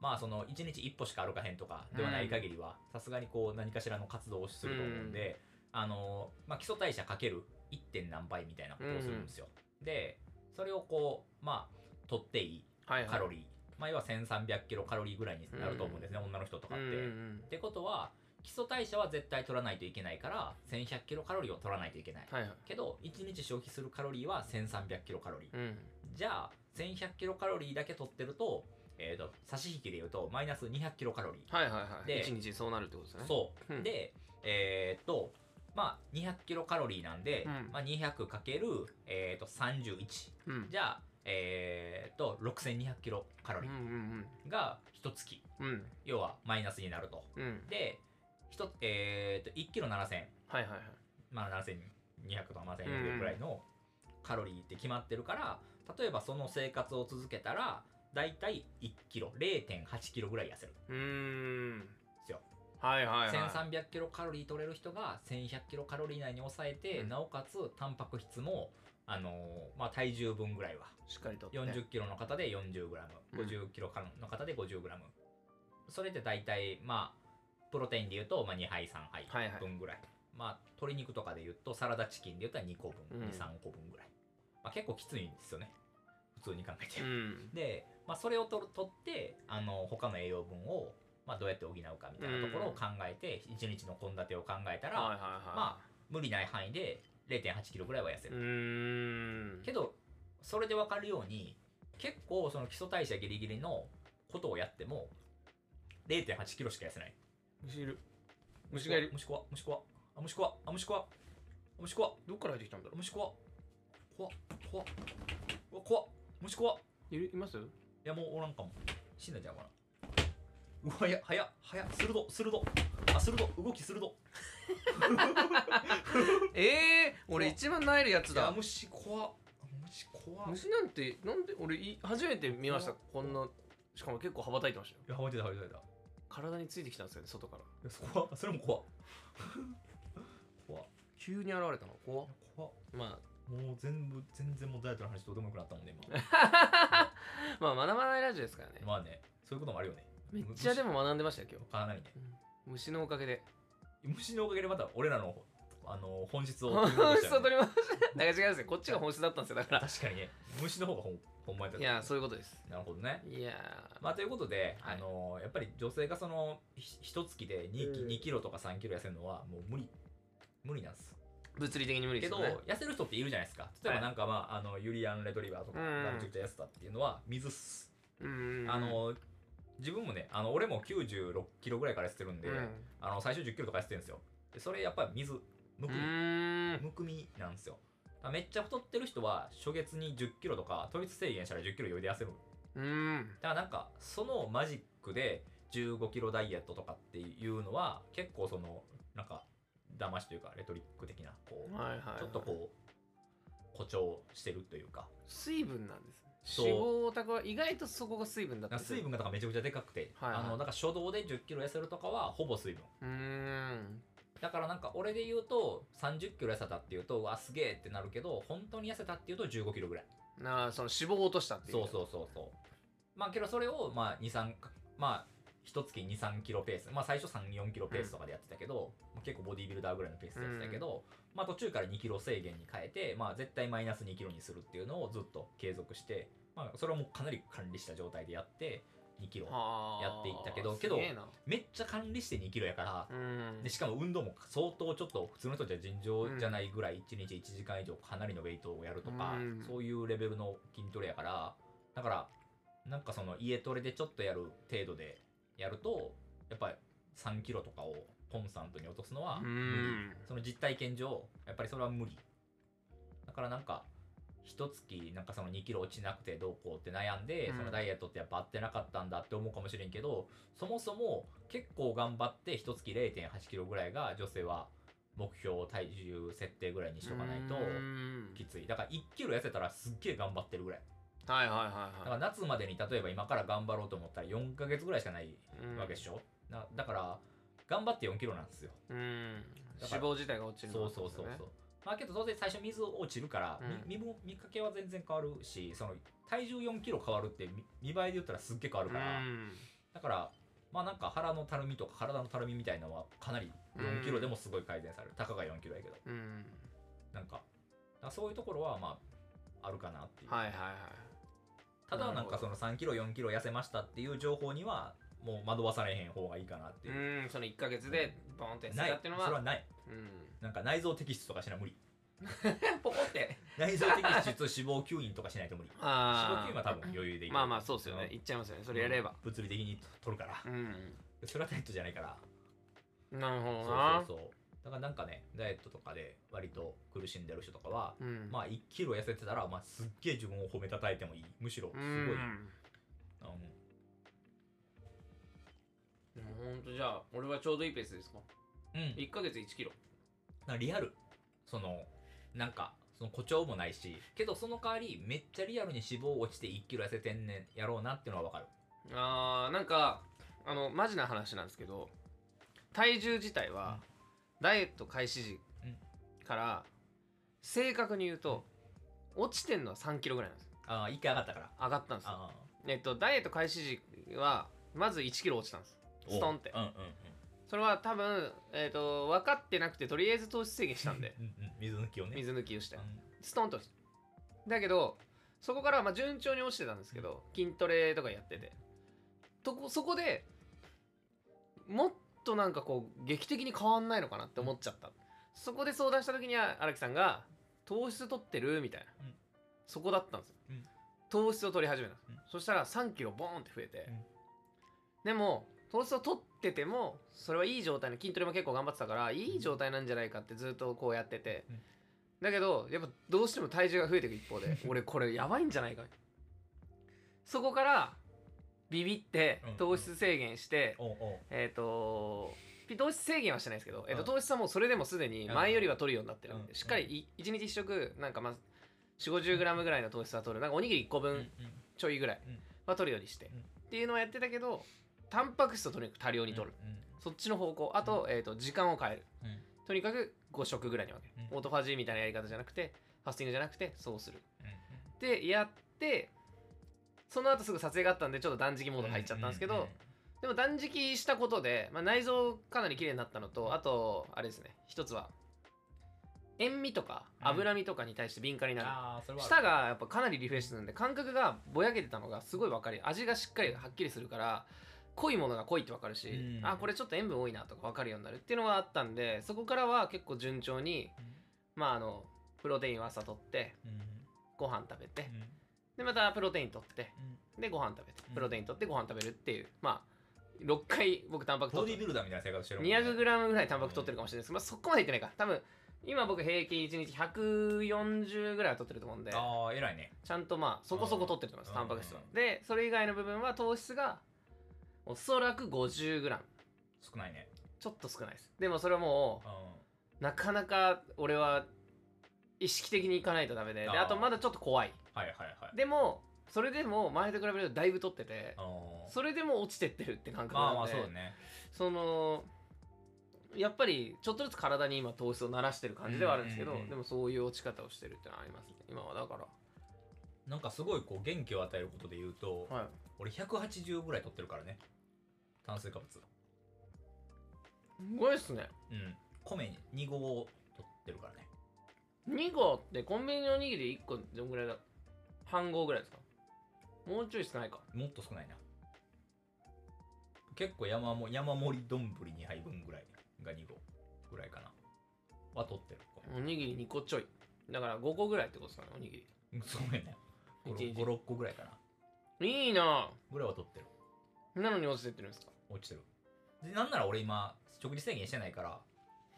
S2: まあその1日1歩しか歩かへんとかではない限りはさすがにこう何かしらの活動をすると思うんで、あのまあ、基礎代謝かける 1. 点何倍みたいなことをするんですよ、でそれをこうまあ取っていい
S1: はいはい
S2: カロリー、まあ要は1300キロカロリーぐらいになると思うんですね、女の人とかって、
S1: うんうんうん
S2: ってことは基礎代謝は絶対取らないといけないから1100キロカロリーを取らないといけない
S1: はいはい
S2: けど1日消費するカロリーは1300キロカロリー
S1: うん
S2: じゃあ1100キロカロリーだけ取ってると,、えー、と差し引きで言うとマイナス200キロカロリー
S1: はいはいはい
S2: で
S1: 一日そうなるってことですね
S2: そうう。
S1: ん
S2: で、えーっと、まあ、200キロカロリーなんで、
S1: うん
S2: まあ、200かける、えーっと、31。
S1: ううん
S2: じゃあ、えーっと、6200キロカロ
S1: う
S2: リ
S1: んうん
S2: ーが1月。
S1: うんうん
S2: 要は、マイナスになると。
S1: うん
S2: で、ひとえーっと、1キロ7000、
S1: はいはいはい
S2: まあ、7200とか7000ぐらいのカロリーって決まってるから、例えばその生活を続けたら、だいたい1キロ、0.8キロぐらい痩せるんで
S1: うーん
S2: すよ。
S1: はいはいはい
S2: 1300キロカロリー取れる人が1100キロカロリー内に抑えて、
S1: うん
S2: なおかつタンパク質も、あのーまあ、体重分ぐらいは
S1: しっかりとって
S2: 40キロの方で 40g50
S1: うん
S2: キロの方で 50g それで大体まあプロテインで言うと、まあ、2杯3杯
S1: はいはい
S2: 分ぐらい、まあ鶏肉とかで言うとサラダチキンで言ったら2個分、
S1: うん
S2: 23個分ぐらい、まあ、結構きついんですよね普通に考えて、
S1: うん
S2: で、まあ、それをとる取ってあの他の栄養分を、まあ、どうやって補うかみたいなところを考えて、一日の献立を考えたら、
S1: はいはいはい
S2: まあ無理ない範囲で0 8キロぐらいは痩せ
S1: う
S2: る、
S1: ーん
S2: けどそれで分かるように結構その基礎代謝ギリギリのことをやっても0 8キロしか痩せない
S1: 虫いる虫がいる
S2: 虫子は虫子はあ虫子はあ虫子はあ虫子は
S1: どっから入ってきたんだろ
S2: 虫子は怖っ怖っうわ怖っ虫子はい
S1: るいます
S2: いやもうおらんかも。死んだんじゃんかな。うわ、や、はや、はや、鋭、鋭。あ、鋭、動き鋭。
S1: ええ俺一番なえるやつ
S2: いや、
S1: だ
S2: 虫怖っ。虫怖っ。
S1: 虫なんてなんで俺い初めて見ましたこんなしかも結構羽ばたいてましたよ
S2: いや、はめてた、はめてた。い
S1: 体についてきたんですよね外から
S2: や、そこは、それも怖っ。怖っ。
S1: 急に現れたの怖っ
S2: いや怖っ。
S1: ま
S2: もう全部、全然もうダイエットの話どうでもよくなったもんね、
S1: あまあ学ばないラジオですからね
S2: 今。まあね、そういうこともあるよね。
S1: めっちゃでも学んでましたよ今
S2: わからないね。
S1: 日虫のおかげで
S2: 虫のおかげでまた俺らの、あの、本 質を
S1: 本
S2: 取り戻し
S1: 質
S2: た
S1: を
S2: よね。
S1: 取りましただから違うんですよこっちが本質だったんですよだ から
S2: 確かにね、虫の方がほん、ほんまやった
S1: いやそういうことです
S2: なるほどね。
S1: いや
S2: まあ、ということで、
S1: はい
S2: あのーやっぱり女性がそのひ一月で 2, キ
S1: うん
S2: 2キロとか3キロ痩せるのはもう無理無理なんです
S1: 物理的に無理で
S2: け
S1: す
S2: ど
S1: よね
S2: 痩せる人っているじゃないですか例えば
S1: はい
S2: なんか、まあ、あのユリアン・レトリバーとか
S1: うん
S2: がめちゃくちゃ痩せたっていうのは水っす、
S1: うん
S2: あのー自分もねあの俺も96キロぐらいから痩せてるんで、
S1: うん
S2: あの最初10キロとか痩せてるんですよでそれやっぱり水む
S1: う
S2: くみ、
S1: ーん
S2: むくみなんですよだからめっちゃ太ってる人は初月に10キロとか糖質制限したら10キロ余裕で痩せる
S1: うーん
S2: だからなんかそのマジックで15キロダイエットとかっていうのは結構そのなんか騙しというかレトリック的なこう
S1: はいはいはい
S2: ちょっとこう誇張してるというか
S1: 水分なんです
S2: そう
S1: ね脂肪を蓄え意外とそこが水分だっ
S2: な
S1: た
S2: んか水分がだからめちゃくちゃでかくて、
S1: はいはい
S2: あのなんか初動で10キロ痩せるとかはほぼ水分
S1: うーん
S2: だからなんか俺で言うと30キロ痩せたっていうとうわすげえってなるけど本当に痩せたっていうと15キロぐらい
S1: なあその脂肪を落としたっていう
S2: そうそうそうそうまあけどそれをまあ23まあ一月23キロペースまあ最初34キロペースとかでやってたけど、まあ結構ボディービルダーぐらいのペースでやってたけど、まあ途中から2キロ制限に変えてまあ絶対マイナス2キロにするっていうのをずっと継続してまあそれはもうかなり管理した状態でやって2キロ
S1: はあ
S2: やっていったけどけど
S1: すげえな
S2: めっちゃ管理して2キロやから
S1: う、ん
S2: でしかも運動も相当ちょっと普通の人じゃ尋常じゃないぐらい1日1時間以上かなりのウェイトをやるとか、
S1: うん
S2: そういうレベルの筋トレやからだからなんかその家トレでちょっとやる程度でやるとやっぱり3キロとかをコンスタントに落とすのは
S1: う
S2: 無理、
S1: ん
S2: その実体験上やっぱりそれは無理だからなんか一月なんかその2キロ落ちなくてどうこうって悩んで、
S1: うん
S2: そのダイエットってやっぱ合ってなかったんだって思うかもしれんけどそもそも結構頑張って一月0 8キロぐらいが女性は目標体重設定ぐらいにしとかないと
S1: うん
S2: きついだから1キロ痩せたらすっげえ頑張ってるぐらい
S1: はいはい
S2: だ
S1: はい
S2: から
S1: は
S2: 夏までに例えば今から頑張ろうと思ったら4ヶ月ぐらいしかない
S1: いうん
S2: わけでしょ、なだから頑張って4キロなんですよ
S1: うん
S2: だから
S1: 脂肪自体が落ちるの
S2: そ
S1: が
S2: うそうそう
S1: って
S2: そ
S1: こ
S2: う。まあけど当然最初水落ちるから、
S1: うん
S2: み身も見かけは全然変わるしその体重4キロ変わるって見見栄えで言ったらすっげえ変わ
S1: と
S2: る
S1: です
S2: か
S1: よね
S2: ら、だからまあなんか腹のたるみとか体のたるみみたいのはかなり4キロでもすごい改善される、たかが4キロやけど
S1: うんうん
S2: なんかなんかそういうところはまああるかなっていう、
S1: はいはいはい
S2: ただなん
S1: なる
S2: か
S1: ほ
S2: その3キロ4キロ痩せましたっていう情報にはもう惑わされへん方がいいかなって
S1: う
S2: いう。
S1: んその1ヶ月でボンってや
S2: ない。
S1: っ
S2: そ
S1: て
S2: れ
S1: のは
S2: はない。
S1: うん
S2: なんか内臓摘出とかしな無理。
S1: ポコって
S2: 内臓摘出と脂肪吸引とかしないと無理。脂肪
S1: あ
S2: 吸引は多分余裕でいい。
S1: まあまあそうですよね
S2: ん
S1: いっちゃいますよねそれやれば
S2: 物理的に取るから。
S1: うん
S2: それはダイエットじゃないから。
S1: なるほ
S2: そう
S1: どな
S2: そうそう。だからなんかね、ダイエットとかで割と苦しんでる人とかは、
S1: うん
S2: まあ1キロ痩せてたら、まあ、すっげえ自分を褒めたたえてもいい。むしろ、す
S1: う
S2: ごい。
S1: ん
S2: あの
S1: でもほんとじゃあ俺はちょうどいいペースですか
S2: うん、
S1: 1ヶ月1キロ
S2: なリアルそのなんかその誇張もないしけどその代わりめっちゃリアルに脂肪落ちて1キロ痩せてんねんやろうなっていうのは分かる
S1: あーなんかあのマジな話なんですけど体重自体は、ダイエット開始時から、正確に言うと、落ちてんのは3キロぐらいなんです
S2: ああ1回上がったから
S1: 上がったんですよ
S2: あ
S1: えっとダイエット開始時はまず1キロ落ちたんです
S2: あ
S1: ストンって
S2: うんうんうん
S1: それは多分、えっと分かってなくてとりあえず糖質制限したん で
S2: うんうん水抜きをね
S1: 水抜きをして
S2: うん
S1: ストンと落ちただけどそこからまあ順調に落ちてたんですけど筋トレとかやっててとこそこでもっとなんかこう劇的に変わんないのかなって思っちゃった、そこで相談した時には荒木さんが「糖質取ってる?」みたいな、
S2: うん
S1: そこだったんですよ、
S2: うん
S1: 糖質を取り始めた、
S2: うん
S1: そしたら3キロボーンって増えて、
S2: うん
S1: でも糖質を取っててもそれはいい状態の筋トレも結構頑張ってたからいい状態なんじゃないかってずっとこうやってて、
S2: うん
S1: だけどやっぱどうしても体重が増えていく一方で俺これやばいんじゃないかそこからビビって
S2: うんうん
S1: 糖質制限して、
S2: おうおう
S1: えっ、とピ糖質制限はしてないですけど、えー、と
S2: うん
S1: 糖質はもうそれでもすでに前よりは取るようになってるんで、
S2: うん
S1: しっかりい1日1食なんかまあ4 5 0ムぐらいの糖質は取るなんかおにぎり1個
S2: うん
S1: 分ちょいぐらい
S2: うん
S1: は取るようにして、
S2: うん
S1: っていうのはやってたけどタンパク質をとにかく多量に取る、そっちの方向あと,、えー、と時間を変える
S2: うんうん
S1: とにかく5食ぐらいに分ける、
S2: うん
S1: オートファジーみたいなやり方じゃなくてファスティングじゃなくてそうする
S2: うん
S1: でやってその後すぐ撮影があったんでちょっと断食モード入っちゃったんですけど、
S2: うう
S1: でも断食したことで、まあ、内臓かなり綺麗になったのとあとあれですね一つは塩味とか
S2: うん
S1: 脂身とかに対して敏感に
S2: うん
S1: なる、
S2: ああそれは
S1: 舌がやっぱかなりリフレッシュするんで感覚がぼやけてたのがすごい分かり味がしっかりはっきりするから濃いものが濃いって分かるし、
S2: うん
S1: あこれちょっと塩分多いなとか分かるようになるっていうのはあったんでそこからは結構順調にまああのプロテインを朝取って
S2: うんうん
S1: ご飯食べて
S2: うん
S1: でまたプロテイン取って
S2: うん
S1: でご飯食べて
S2: うん
S1: プロテイン取ってご飯食べるっていうまあ6回僕タンパク
S2: ボ
S1: 取っ
S2: ディ
S1: て
S2: ビルダーみたいな生活してるもんね
S1: 200g ぐらいタンパク取ってるかもしれないですけど、まあ、そこまでいってないか多分今僕平均1日140ぐらいは取ってると思うんで
S2: ああ偉いね
S1: ちゃんとまあそこそこ取ってると思います
S2: うん
S1: タンパク質は
S2: うん
S1: でそれ以外の部分は糖質がおそらく 50g
S2: 少ないね
S1: ちょっと少ないですでもそれはも
S2: う
S1: うなかなか俺は意識的にいかないとダメでで
S2: あー
S1: あとまだちょっと怖い
S2: んはいはいはい
S1: でもそれでも前と比べるとだいぶ取ってて
S2: あー
S1: それでも落ちてってるって感覚
S2: ま
S1: な
S2: あま
S1: ん
S2: あ
S1: で、
S2: そうだね
S1: そのやっぱりちょっとずつ体に今糖質を慣らしてる感じではあるんですけど、
S2: うんうんうん
S1: でもそういう落ち方をしてるってのはありますね今はだから
S2: なんかすごいこう元気を与えることで言うと、
S1: はい
S2: 俺180ぐらい取ってるからね炭水化物
S1: すごいっすね
S2: うん米2合を取ってるからね
S1: 2合ってコンビニのおにぎり1個どんぐらいだ半合ぐらいですかもうちょい少ないか
S2: もっと少ないな結構山も山盛り丼2杯分ぐらいが2合ぐらいかなは取ってる
S1: おにぎり2個ちょいだから5個ぐらいってことですかねおにぎ
S2: うんすごいね
S1: 一日
S2: 56個ぐらいかな
S1: りいいな
S2: ぐらいは取ってる
S1: ぁなのに落ちてってるんですか
S2: 落ちてるでなんなら俺今食事制限してないから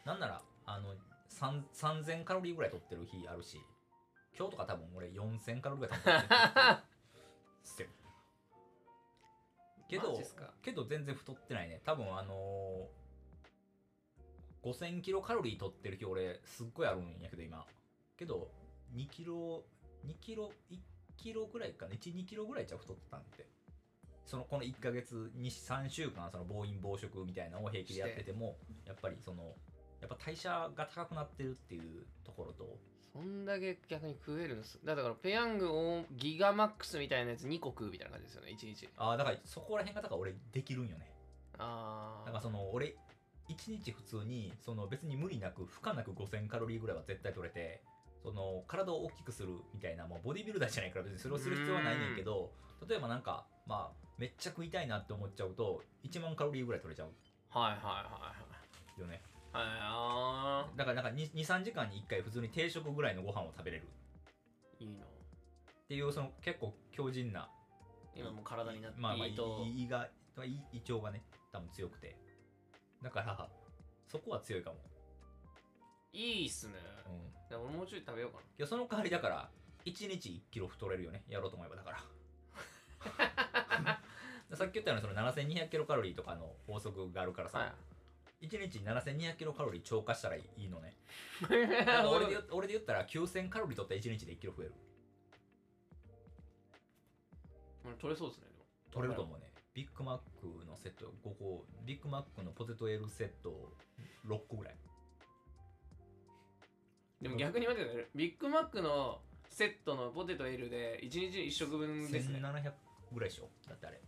S2: なんならあの3 3000カロリーぐらい取ってる日あるし今日とか多分俺4000カロリーぐらい取 ってるけ
S1: マ
S2: ど
S1: ジっすか
S2: けど全然太ってないね多分あのー、5000キロカロリー取ってる日俺すっごいあるんやけど今けど2キロ2キロ1キロぐらいかな12キロぐらいじゃう太ってたんでそのこの1ヶ月に3週間その暴飲暴食みたいなのを平気でやっててもやっぱりそのやっぱ代謝が高くなってるっていうところと
S1: そんだけ逆に食えるんですだからペヤングをギガマックスみたいなやつ2個食うみたいな感じですよね1日
S2: ああだからそこら辺がだから俺できるんよね
S1: あ
S2: なん
S1: あ
S2: かその俺一日普通にその別に無理なく負荷なく5000カロリーぐらいは絶対取れてその体を大きくするみたいなもうボディビルダーじゃないから別にそれをする必要はないねんけど例えばなんかまあめっちゃ食いたいなって思っちゃうと1万カロリーぐらい取れちゃう
S1: はいはい
S2: よね
S1: はいはいはいあ
S2: だからなんか23時間に1回普通に定食ぐらいのご飯を食べれる
S1: ーいいな
S2: っていうその結構強靭な
S1: 今もう体になって
S2: まあまあ
S1: いいと
S2: 胃胃が胃胃腸がね多分強くてだからそこは強いかも、
S1: いいっすね
S2: うん、い
S1: でも俺もうちょい食べようかな
S2: やその代わりだから1日1キロ太れるよねやろうと思えばだか らさっき言ったようにその7200キロカロリーとかの法則があるからさ、
S1: はい
S2: 1日7200キロカロリー超過したらいいのねだから俺で
S1: 俺
S2: 言俺で言ったら9000カロリー取ったら1日で1キロ増える
S1: 取れそうですねでも
S2: 取れると思うねビッグマックのセット5個ビッグマックのポテトエルセット6個ぐらい
S1: でも逆に待ってくださいビッグマックのセットのポテト L で1日1食分ですね
S2: 1700ぐらいでしょだってあれ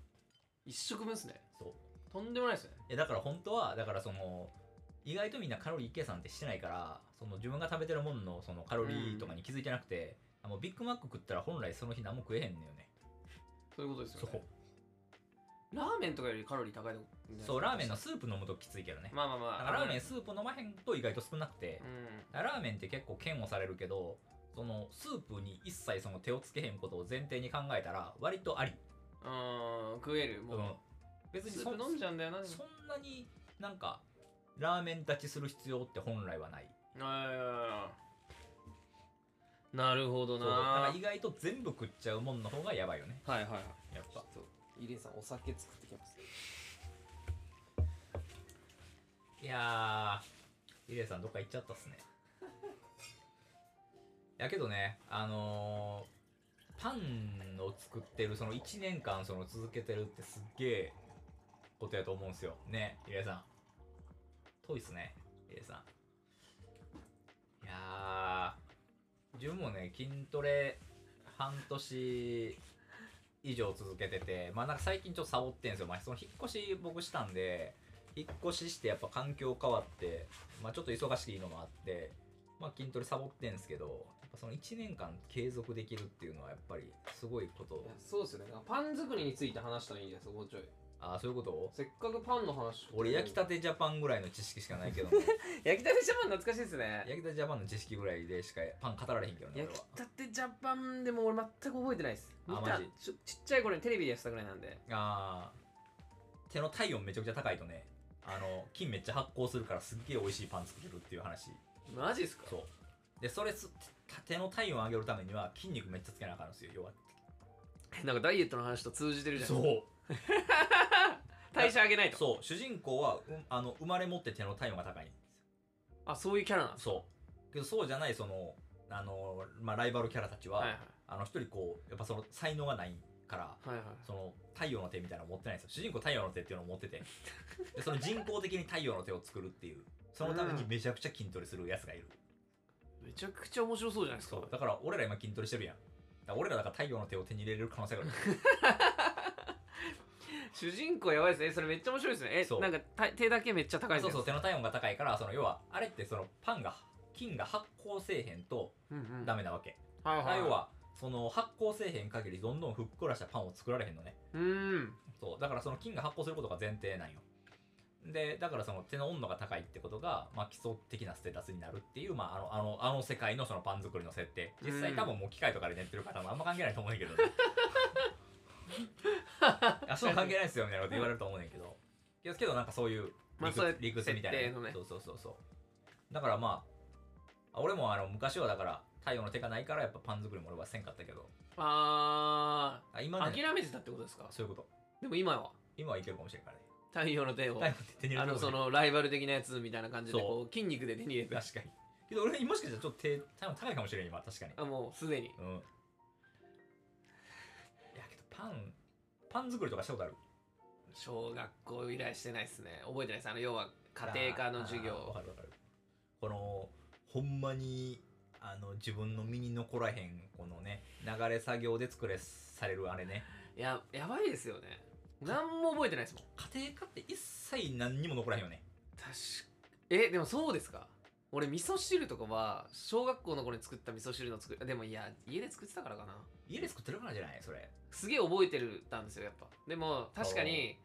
S1: 1食分ですね
S2: そう
S1: とんでもないですね
S2: えだから本当はだからその意外とみんなカロリー計算ってしてないからその自分が食べてるもののそのカロリーとかに気づいてなくて、あもうビッグマック食ったら本来その日何も食えへんのよね
S1: そういうことです
S2: そ
S1: よね
S2: う
S1: ラーメンとかよりカロリー高いとこ
S2: そうラーメンのスープ飲むときついけどね、
S1: まあまあま
S2: だ
S1: あ
S2: からラーメンスープ飲まへんと意外と少なくて、
S1: う
S2: ラーメンって結構嫌悪されるけどそのスープに一切その手をつけへんことを前提に考えたら割とあり、
S1: ん、うん、食えるもう、
S2: うん別に
S1: ス
S2: そ
S1: ープ飲んじゃうんだよなでも
S2: そんなになんかラーメン立ちする必要って本来はない
S1: あーなるほど
S2: そうだから
S1: な
S2: 意外と全部食っちゃうもんの方がやばいよね
S1: はいはいはい
S2: やっぱ
S1: イリンさんお酒作ってきます
S2: いやーヒデさんどっか行っちゃったっすねやけどねあのーパンを作ってるその1年間その続けてるってすっげえことやと思うんすよねヒデさん遠いっすねヒデさんいやー自分もね筋トレ半年以上続けててまあなんか最近ちょっとサボってんすよ、まあ、その引っ越し僕したんで引っ越ししてやっぱ環境変わって、まあ、ちょっと忙しいのもあって、まあ、筋トレサボってんすけどやっぱその1年間継続できるっていうのはやっぱりすごいこと
S1: そうですよねなんかパン作りについて話したらいいんじゃないですかもうちょい
S2: ああそういうこと
S1: せっかくパンの話
S2: 俺焼きたてジャパンぐらいの知識しかないけども
S1: 焼きたてジャパン懐かしいですね
S2: 焼きたてジャパンの知識ぐらいでしかパン語られへんけどね俺
S1: 焼
S2: は
S1: きたてジャパンでも俺全く覚えてないです
S2: あ
S1: 見
S2: マ
S1: た
S2: ジ
S1: ちょちっちゃい頃にテレビでやってたぐらいなんで
S2: あー手の体温めちゃくちゃ高いとねあの菌めっちゃ発酵するからすっげえ美味しいパン作れるっていう話
S1: マジですか
S2: そうでそれす手の体温上げるためには筋肉めっちゃつけなあかんんですよ弱って
S1: なんかダイエットの話と通じてるじゃん
S2: そう
S1: 代謝上げないと
S2: そう主人公は、うんあの生まれ持って手の体温が高いんです
S1: あそういうキャラなんです
S2: そうけどそうじゃないそのあの、まあ、ライバルキャラたちは、
S1: はいはい
S2: あの一人こうやっぱその才能がないから
S1: はいはい
S2: その太陽の手みたいなの持ってないんですよ主人公太陽の手っていうのを持っ ててでその人工的に太陽の手を作るっていうそのためにめちゃくちゃ筋トレするやつがいる、
S1: めちゃくちゃ面白そうじゃないですか
S2: そうだから俺ら今筋トレしてるやんだから俺らだから太陽の手を手に入れれる可能性がある
S1: 主人公やばいですねそれめっちゃ面白いですねえ
S2: そう
S1: なんかた手だけめっちゃ高いです
S2: そう
S1: ね
S2: そう手の体温が高いからその要はあれってそのパンが菌が発酵せえへんと
S1: うんうん
S2: ダメなわけ、
S1: はいはい
S2: 要はその発酵せえへん限りどんどんふっくらしたパンを作られへんのね
S1: うーん
S2: そうだからその菌が発酵することが前提なんよでだからその手の温度が高いってことが、まあ、基礎的なステータスになるっていう、まあ、あのあのあの世界のそのパン作りの設定実際
S1: うん
S2: 多分もう機械とかで練ってる方もあんま関係ないと思うん やけどねあそう関係ないですよみたいなこと言われると思うんやけどいやけどなんかそういう
S1: まあ
S2: 理屈
S1: それ
S2: 理屈みたいなね、
S1: 設定のね
S2: そうそうそうそうだからまああ俺もあの昔はだから太陽の手がないからやっぱパン作りも俺はせんかったけど
S1: あ
S2: あ今
S1: ー
S2: ね
S1: 諦めてたってことですか
S2: そういうこと
S1: でも今は
S2: 今はいけるかもしれんからね
S1: 太陽の手を
S2: 太陽の手手に入
S1: あ
S2: れる
S1: の
S2: か
S1: そ
S2: もしれん
S1: のライバル的なやつみたいな感じで
S2: そう
S1: こう筋肉で手に入れて
S2: 確かにけど俺もしかしたらちょっと手体温高いかもしれん今確かに
S1: あもうすでに
S2: うんいやけどパンパン作りとかしたことある
S1: 小学校以来してないですね覚えてないですあの要は家庭科の授
S2: あーわ
S1: 業
S2: かるわかるこのほんまにあの自分の身に残らへんこのね流れ作業で作れされるあれね
S1: いややばいですよね何も覚えてないですもん
S2: 家庭科って一切何にも残らへんよね
S1: 確かえでもそうですか俺味噌汁とかは小学校の頃に作った味噌汁の作りでもいや家で作ってたからかな
S2: 家で作ってるからじゃないそれ
S1: すげえ覚えてるたんですよやっぱでも確かに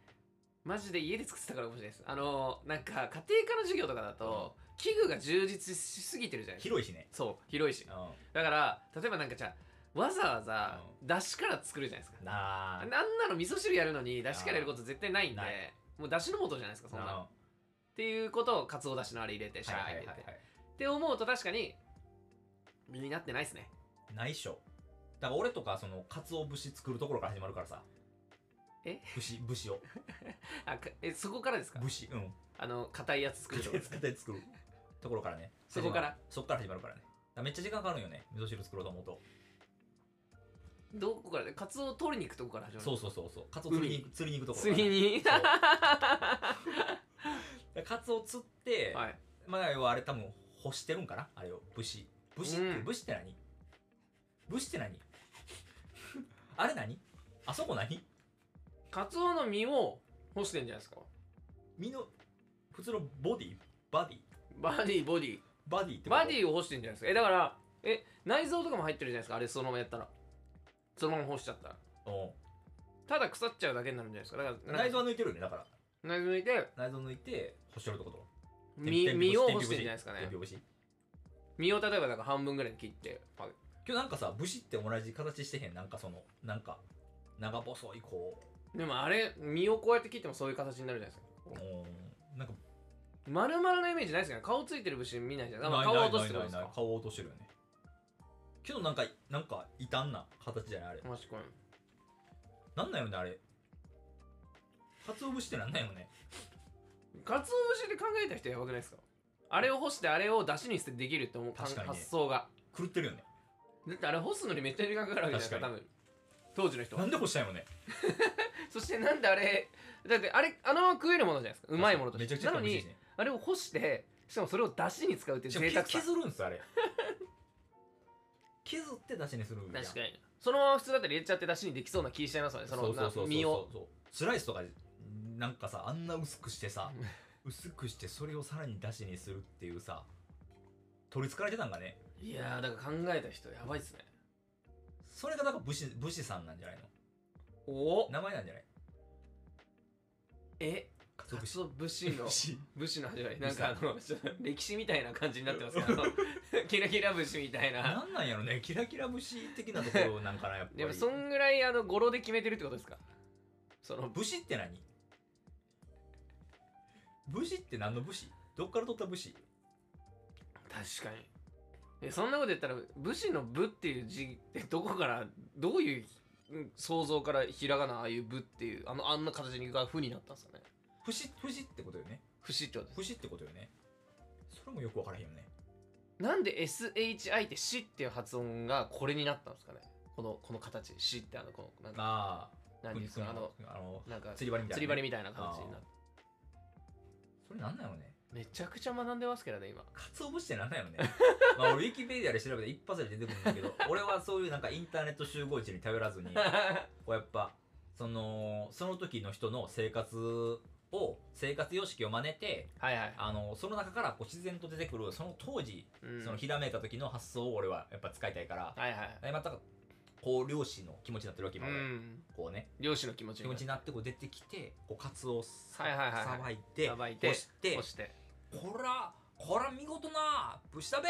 S1: マジで家で作ってたからかもしれないですあのなんか家庭科の授業とかだと、器具が充実しすぎてるじゃないですか
S2: 広いしね
S1: そう広いし
S2: う
S1: だから例えばなんかじゃあわざわざ
S2: う
S1: 出汁から作るじゃないですか
S2: んな
S1: あ
S2: あ
S1: んなの味噌汁やるのに出汁からやること絶対ないんで
S2: ない
S1: もう出汁の素じゃないですかそんなのっていうことをかつおだしのあれ入れてシャー入れて、って思うと確かに身になってないですね
S2: いないっしょだから俺とかその鰹節作るところから始まるからさ
S1: え
S2: 節節を
S1: あかえそこからですか
S2: 節うん
S1: あの硬いやつ作
S2: 作っ
S1: るとこ
S2: て作って作るところからね
S1: そこから
S2: 始まるそこから始まるからねだからめっちゃ時間かかるんよね味噌汁作ろうと思うと
S1: どこからカツオを取りに行くとこから始まる
S2: そうそうそうそうカツオ釣りに行く釣りに行くところ
S1: 次に
S2: にカツオ釣って、
S1: はい
S2: まあ要はあれ多分干してるんかなあれを武士武士って、
S1: うん
S2: 武士って何武士って何あれ何あそこ何
S1: カツオの身を干してんじゃないですか
S2: 身の普通のボディバディ
S1: バディボディ
S2: バディってこと
S1: バディを干してんじゃないですかえだからえ内臓とかも入ってるじゃないですかあれそのままやったらそのまま干しちゃったら
S2: お
S1: ただ腐っちゃうだけになるんじゃないですかだ
S2: う
S1: から
S2: 内臓は抜いてるよねだから
S1: 内臓抜いて
S2: 内臓抜いて干してるってこと
S1: 身
S2: 天日干し
S1: 身を干してんじゃないですか
S2: 天
S1: ね
S2: 日干し天日干し
S1: 身を例えばだから半分ぐらいに切ってパク
S2: 今日なんかさ武士って同じ形してへんなんかそのなんか長細いこ
S1: でもあれ身をこうやって切ってもそういう形になるじゃないですか
S2: ううんなんか
S1: 丸々のイメージないですかね顔ついてる節見ないじゃないですか
S2: ない
S1: 顔
S2: な
S1: を
S2: い
S1: 落としてる
S2: なん
S1: で
S2: い
S1: す
S2: ないない
S1: か
S2: 顔を落としてるよねけどなんかなんか異端な形じゃないあれ
S1: 確かに
S2: なんなんよねあれ鰹節ってなんなんよね
S1: 鰹節で考えた人やばくないですかあれを干してあれを出汁にしてできるって思う
S2: 確かにね
S1: 発想が
S2: 狂ってるよね
S1: だってあれ干すのにめっちゃ時間かかるわけじゃないですか多分
S2: 確
S1: 当時の人
S2: な
S1: は
S2: んで干したんよね
S1: そしてなんであれだってあれあのまま食えるものじゃないですかうまいものと
S2: め
S1: し
S2: ちゃ
S1: て
S2: くちゃ
S1: なの
S2: 美味しい
S1: に
S2: しね
S1: あれを干してしかもそれを出汁に使うっていう
S2: しかも
S1: 贅沢さ
S2: 削るんですよあれ削って出しにするんやん
S1: 確かにそのまま普通だったら入れちゃって出汁にできそうな気しちゃいますよねそのな身を
S2: そうスライスとかなんかさあんな薄くしてさ薄くしてそれをさらに出汁にするっていうさ取りつかれてたんかね
S1: いやーだから考えた人やばいっすね
S2: それがなんか武士武士さんなんじゃない
S1: お
S2: の名前なんじゃない
S1: え
S2: かつ
S1: カ
S2: お節
S1: ツオ節 の
S2: 武士
S1: 武士の始まりなんかあのちょっと 歴史みたいな感じになってますけ どあのキラキラ節みたいな
S2: なんなんやろねキラキラ節的なところなんかなやっぱり
S1: でもそんぐらいあの語呂で決めてるってことですかその
S2: 武士って何武士って何の武士どっから取った武士
S1: 確かにえそんなこと言ったら武士の「武」っていう字ってどこからどういううん想像からひらがなああいう「武」っていうあのあんな形にが「不」になったんですかね
S2: 節節ってことよね
S1: 節ってことです
S2: 節ってことよねそれもよくわからへんよね
S1: なんで SHI って「死」っていう発音がこれになったんですかねこのこの形「死」ってあのこのなんか
S2: あ
S1: 何です
S2: あ
S1: かあの
S2: あの
S1: なんか
S2: 釣り針みたいなね、
S1: 釣り針みたいな形になって
S2: それなんなのね
S1: めちゃくちゃ学んでますけど ね今
S2: かつお節ってなんなのねまあ俺ウィキペディアで調べて一発で出てくるんだけ ど俺はそういうなんかインターネット集合値に頼らずにこうやっぱそのその時の人の生活を生活様式を真似て
S1: はいはい。
S2: あのその中からこう自然と出てくるその当時、
S1: うん
S2: そのひらめいた時の発想を俺はやっぱ使いたいから、
S1: はいはい。
S2: でまたこう漁師の気持ちになってるわけ
S1: う
S2: 今俺、
S1: ん。
S2: こうね
S1: 漁師の気持ち
S2: 気持ちになってこう出てきてこうカツオをさ
S1: はいはいはいはい
S2: さばいて
S1: さばいて
S2: 干して
S1: 押して。
S2: こらこら見事な武士だべ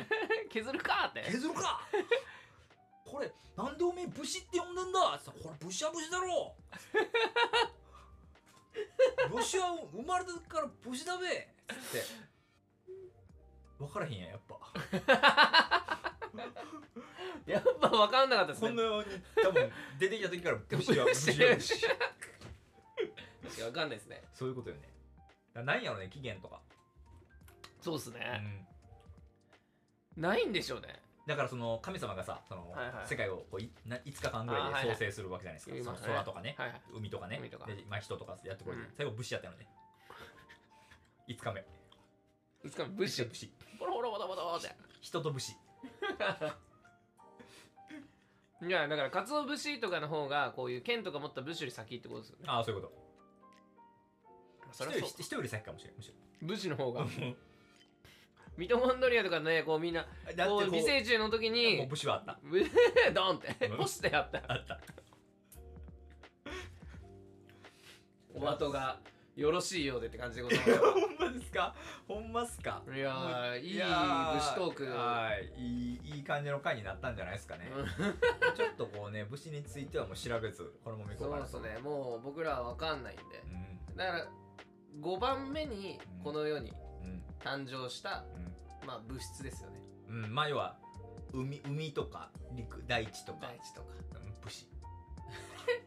S1: 削るかって。
S2: 削るかこれなんでおめえ武士って呼んでんださこれ武士は武士だろ 武士は生まれてから武士だべつって分からへんやんやっぱ
S1: やっぱ分かんなかったです
S2: こ
S1: ね。
S2: のように多分出てき た時から武士は武士は武士
S1: 確かに分かんないですね。
S2: そういうことよねだからなんやろね期限とか、
S1: そうっす
S2: う
S1: ね。
S2: ん、
S1: ないんでしょうね。
S2: だからその神様がさその、
S1: はいはい
S2: 世界をこういな5日間ぐら
S1: あーはい
S2: い
S1: はい
S2: で創生するわけじゃないですか、
S1: 言い
S2: そ
S1: ま
S2: の
S1: すね
S2: 空とかね、
S1: はいはい。
S2: 海とかね
S1: 海とか
S2: でまあ、人とかやってこれて、
S1: うん
S2: 最後武士やったのね5日目
S1: いつか物資
S2: 武。士
S1: ボロボロボロボロ ボロって。
S2: 人と武士
S1: いやだからカツオ節とかの方がこういう剣とか持った武士より先ってことですよね。
S2: ああそういうこと
S1: そ
S2: 人
S1: れ
S2: よ
S1: は
S2: り
S1: そう
S2: 人より先かもしれないむし
S1: 武士の方
S2: ろ
S1: が。ミトコンドリアとかねこうみんな
S2: だって
S1: こ
S2: こ
S1: う
S2: う
S1: 微生虫の時
S2: もう
S1: に
S2: 武士はあった
S1: ブ ドンって
S2: うん
S1: ポスってやった
S2: あった
S1: お後がよろしいようでって感じでござ いま
S2: ほんまですかほんますか
S1: すいやーいい武
S2: や
S1: 士トーク
S2: はいいいいい感じの回になったんじゃないで すかね
S1: うん
S2: ちょっとこうね武士についてはもう調べずこのままいこう
S1: そ
S2: か
S1: う
S2: な
S1: ですねもう僕らは分かんないんで
S2: う
S1: だから5番目にこの世に
S2: んうん
S1: 誕生した、まあ、物質ですよね
S2: うん、うん、まあ要は海海とか陸大地とか
S1: 大地とか
S2: うん武士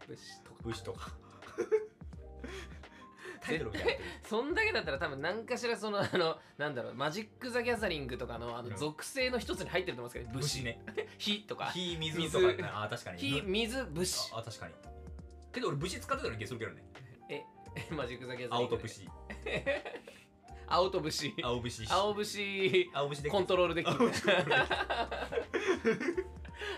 S1: 物質とか
S2: 武士 とかタイトルみたいになってる
S1: そんだけだったら多分何かしらそのあのなんだろうマジック・ザ・ギャザリングとかのあ
S2: う
S1: の
S2: ん
S1: 属性の一つに入ってると思うんですけど
S2: 武
S1: 物
S2: 士
S1: 質
S2: ね
S1: 火とか
S2: 火水とか
S1: 水
S2: ああ確かに
S1: 火水物資
S2: ああ確かにけど俺武士使ってたような気がするけどね
S1: マジック・ザ・ギャザリ
S2: 青
S1: ング
S2: と
S1: で
S2: 武士
S1: 青と武士
S2: 青武士
S1: 青武士
S2: 青武士で
S1: コントロールできる
S2: 青武士コントロ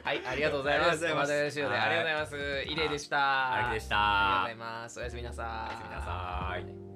S1: はいありがとうございます
S2: ありがとうございます
S1: お待たせしましたありがとうございますイレイでした
S2: あれでした
S1: ありがとうございますおやすみなさーい
S2: おやすみなさーい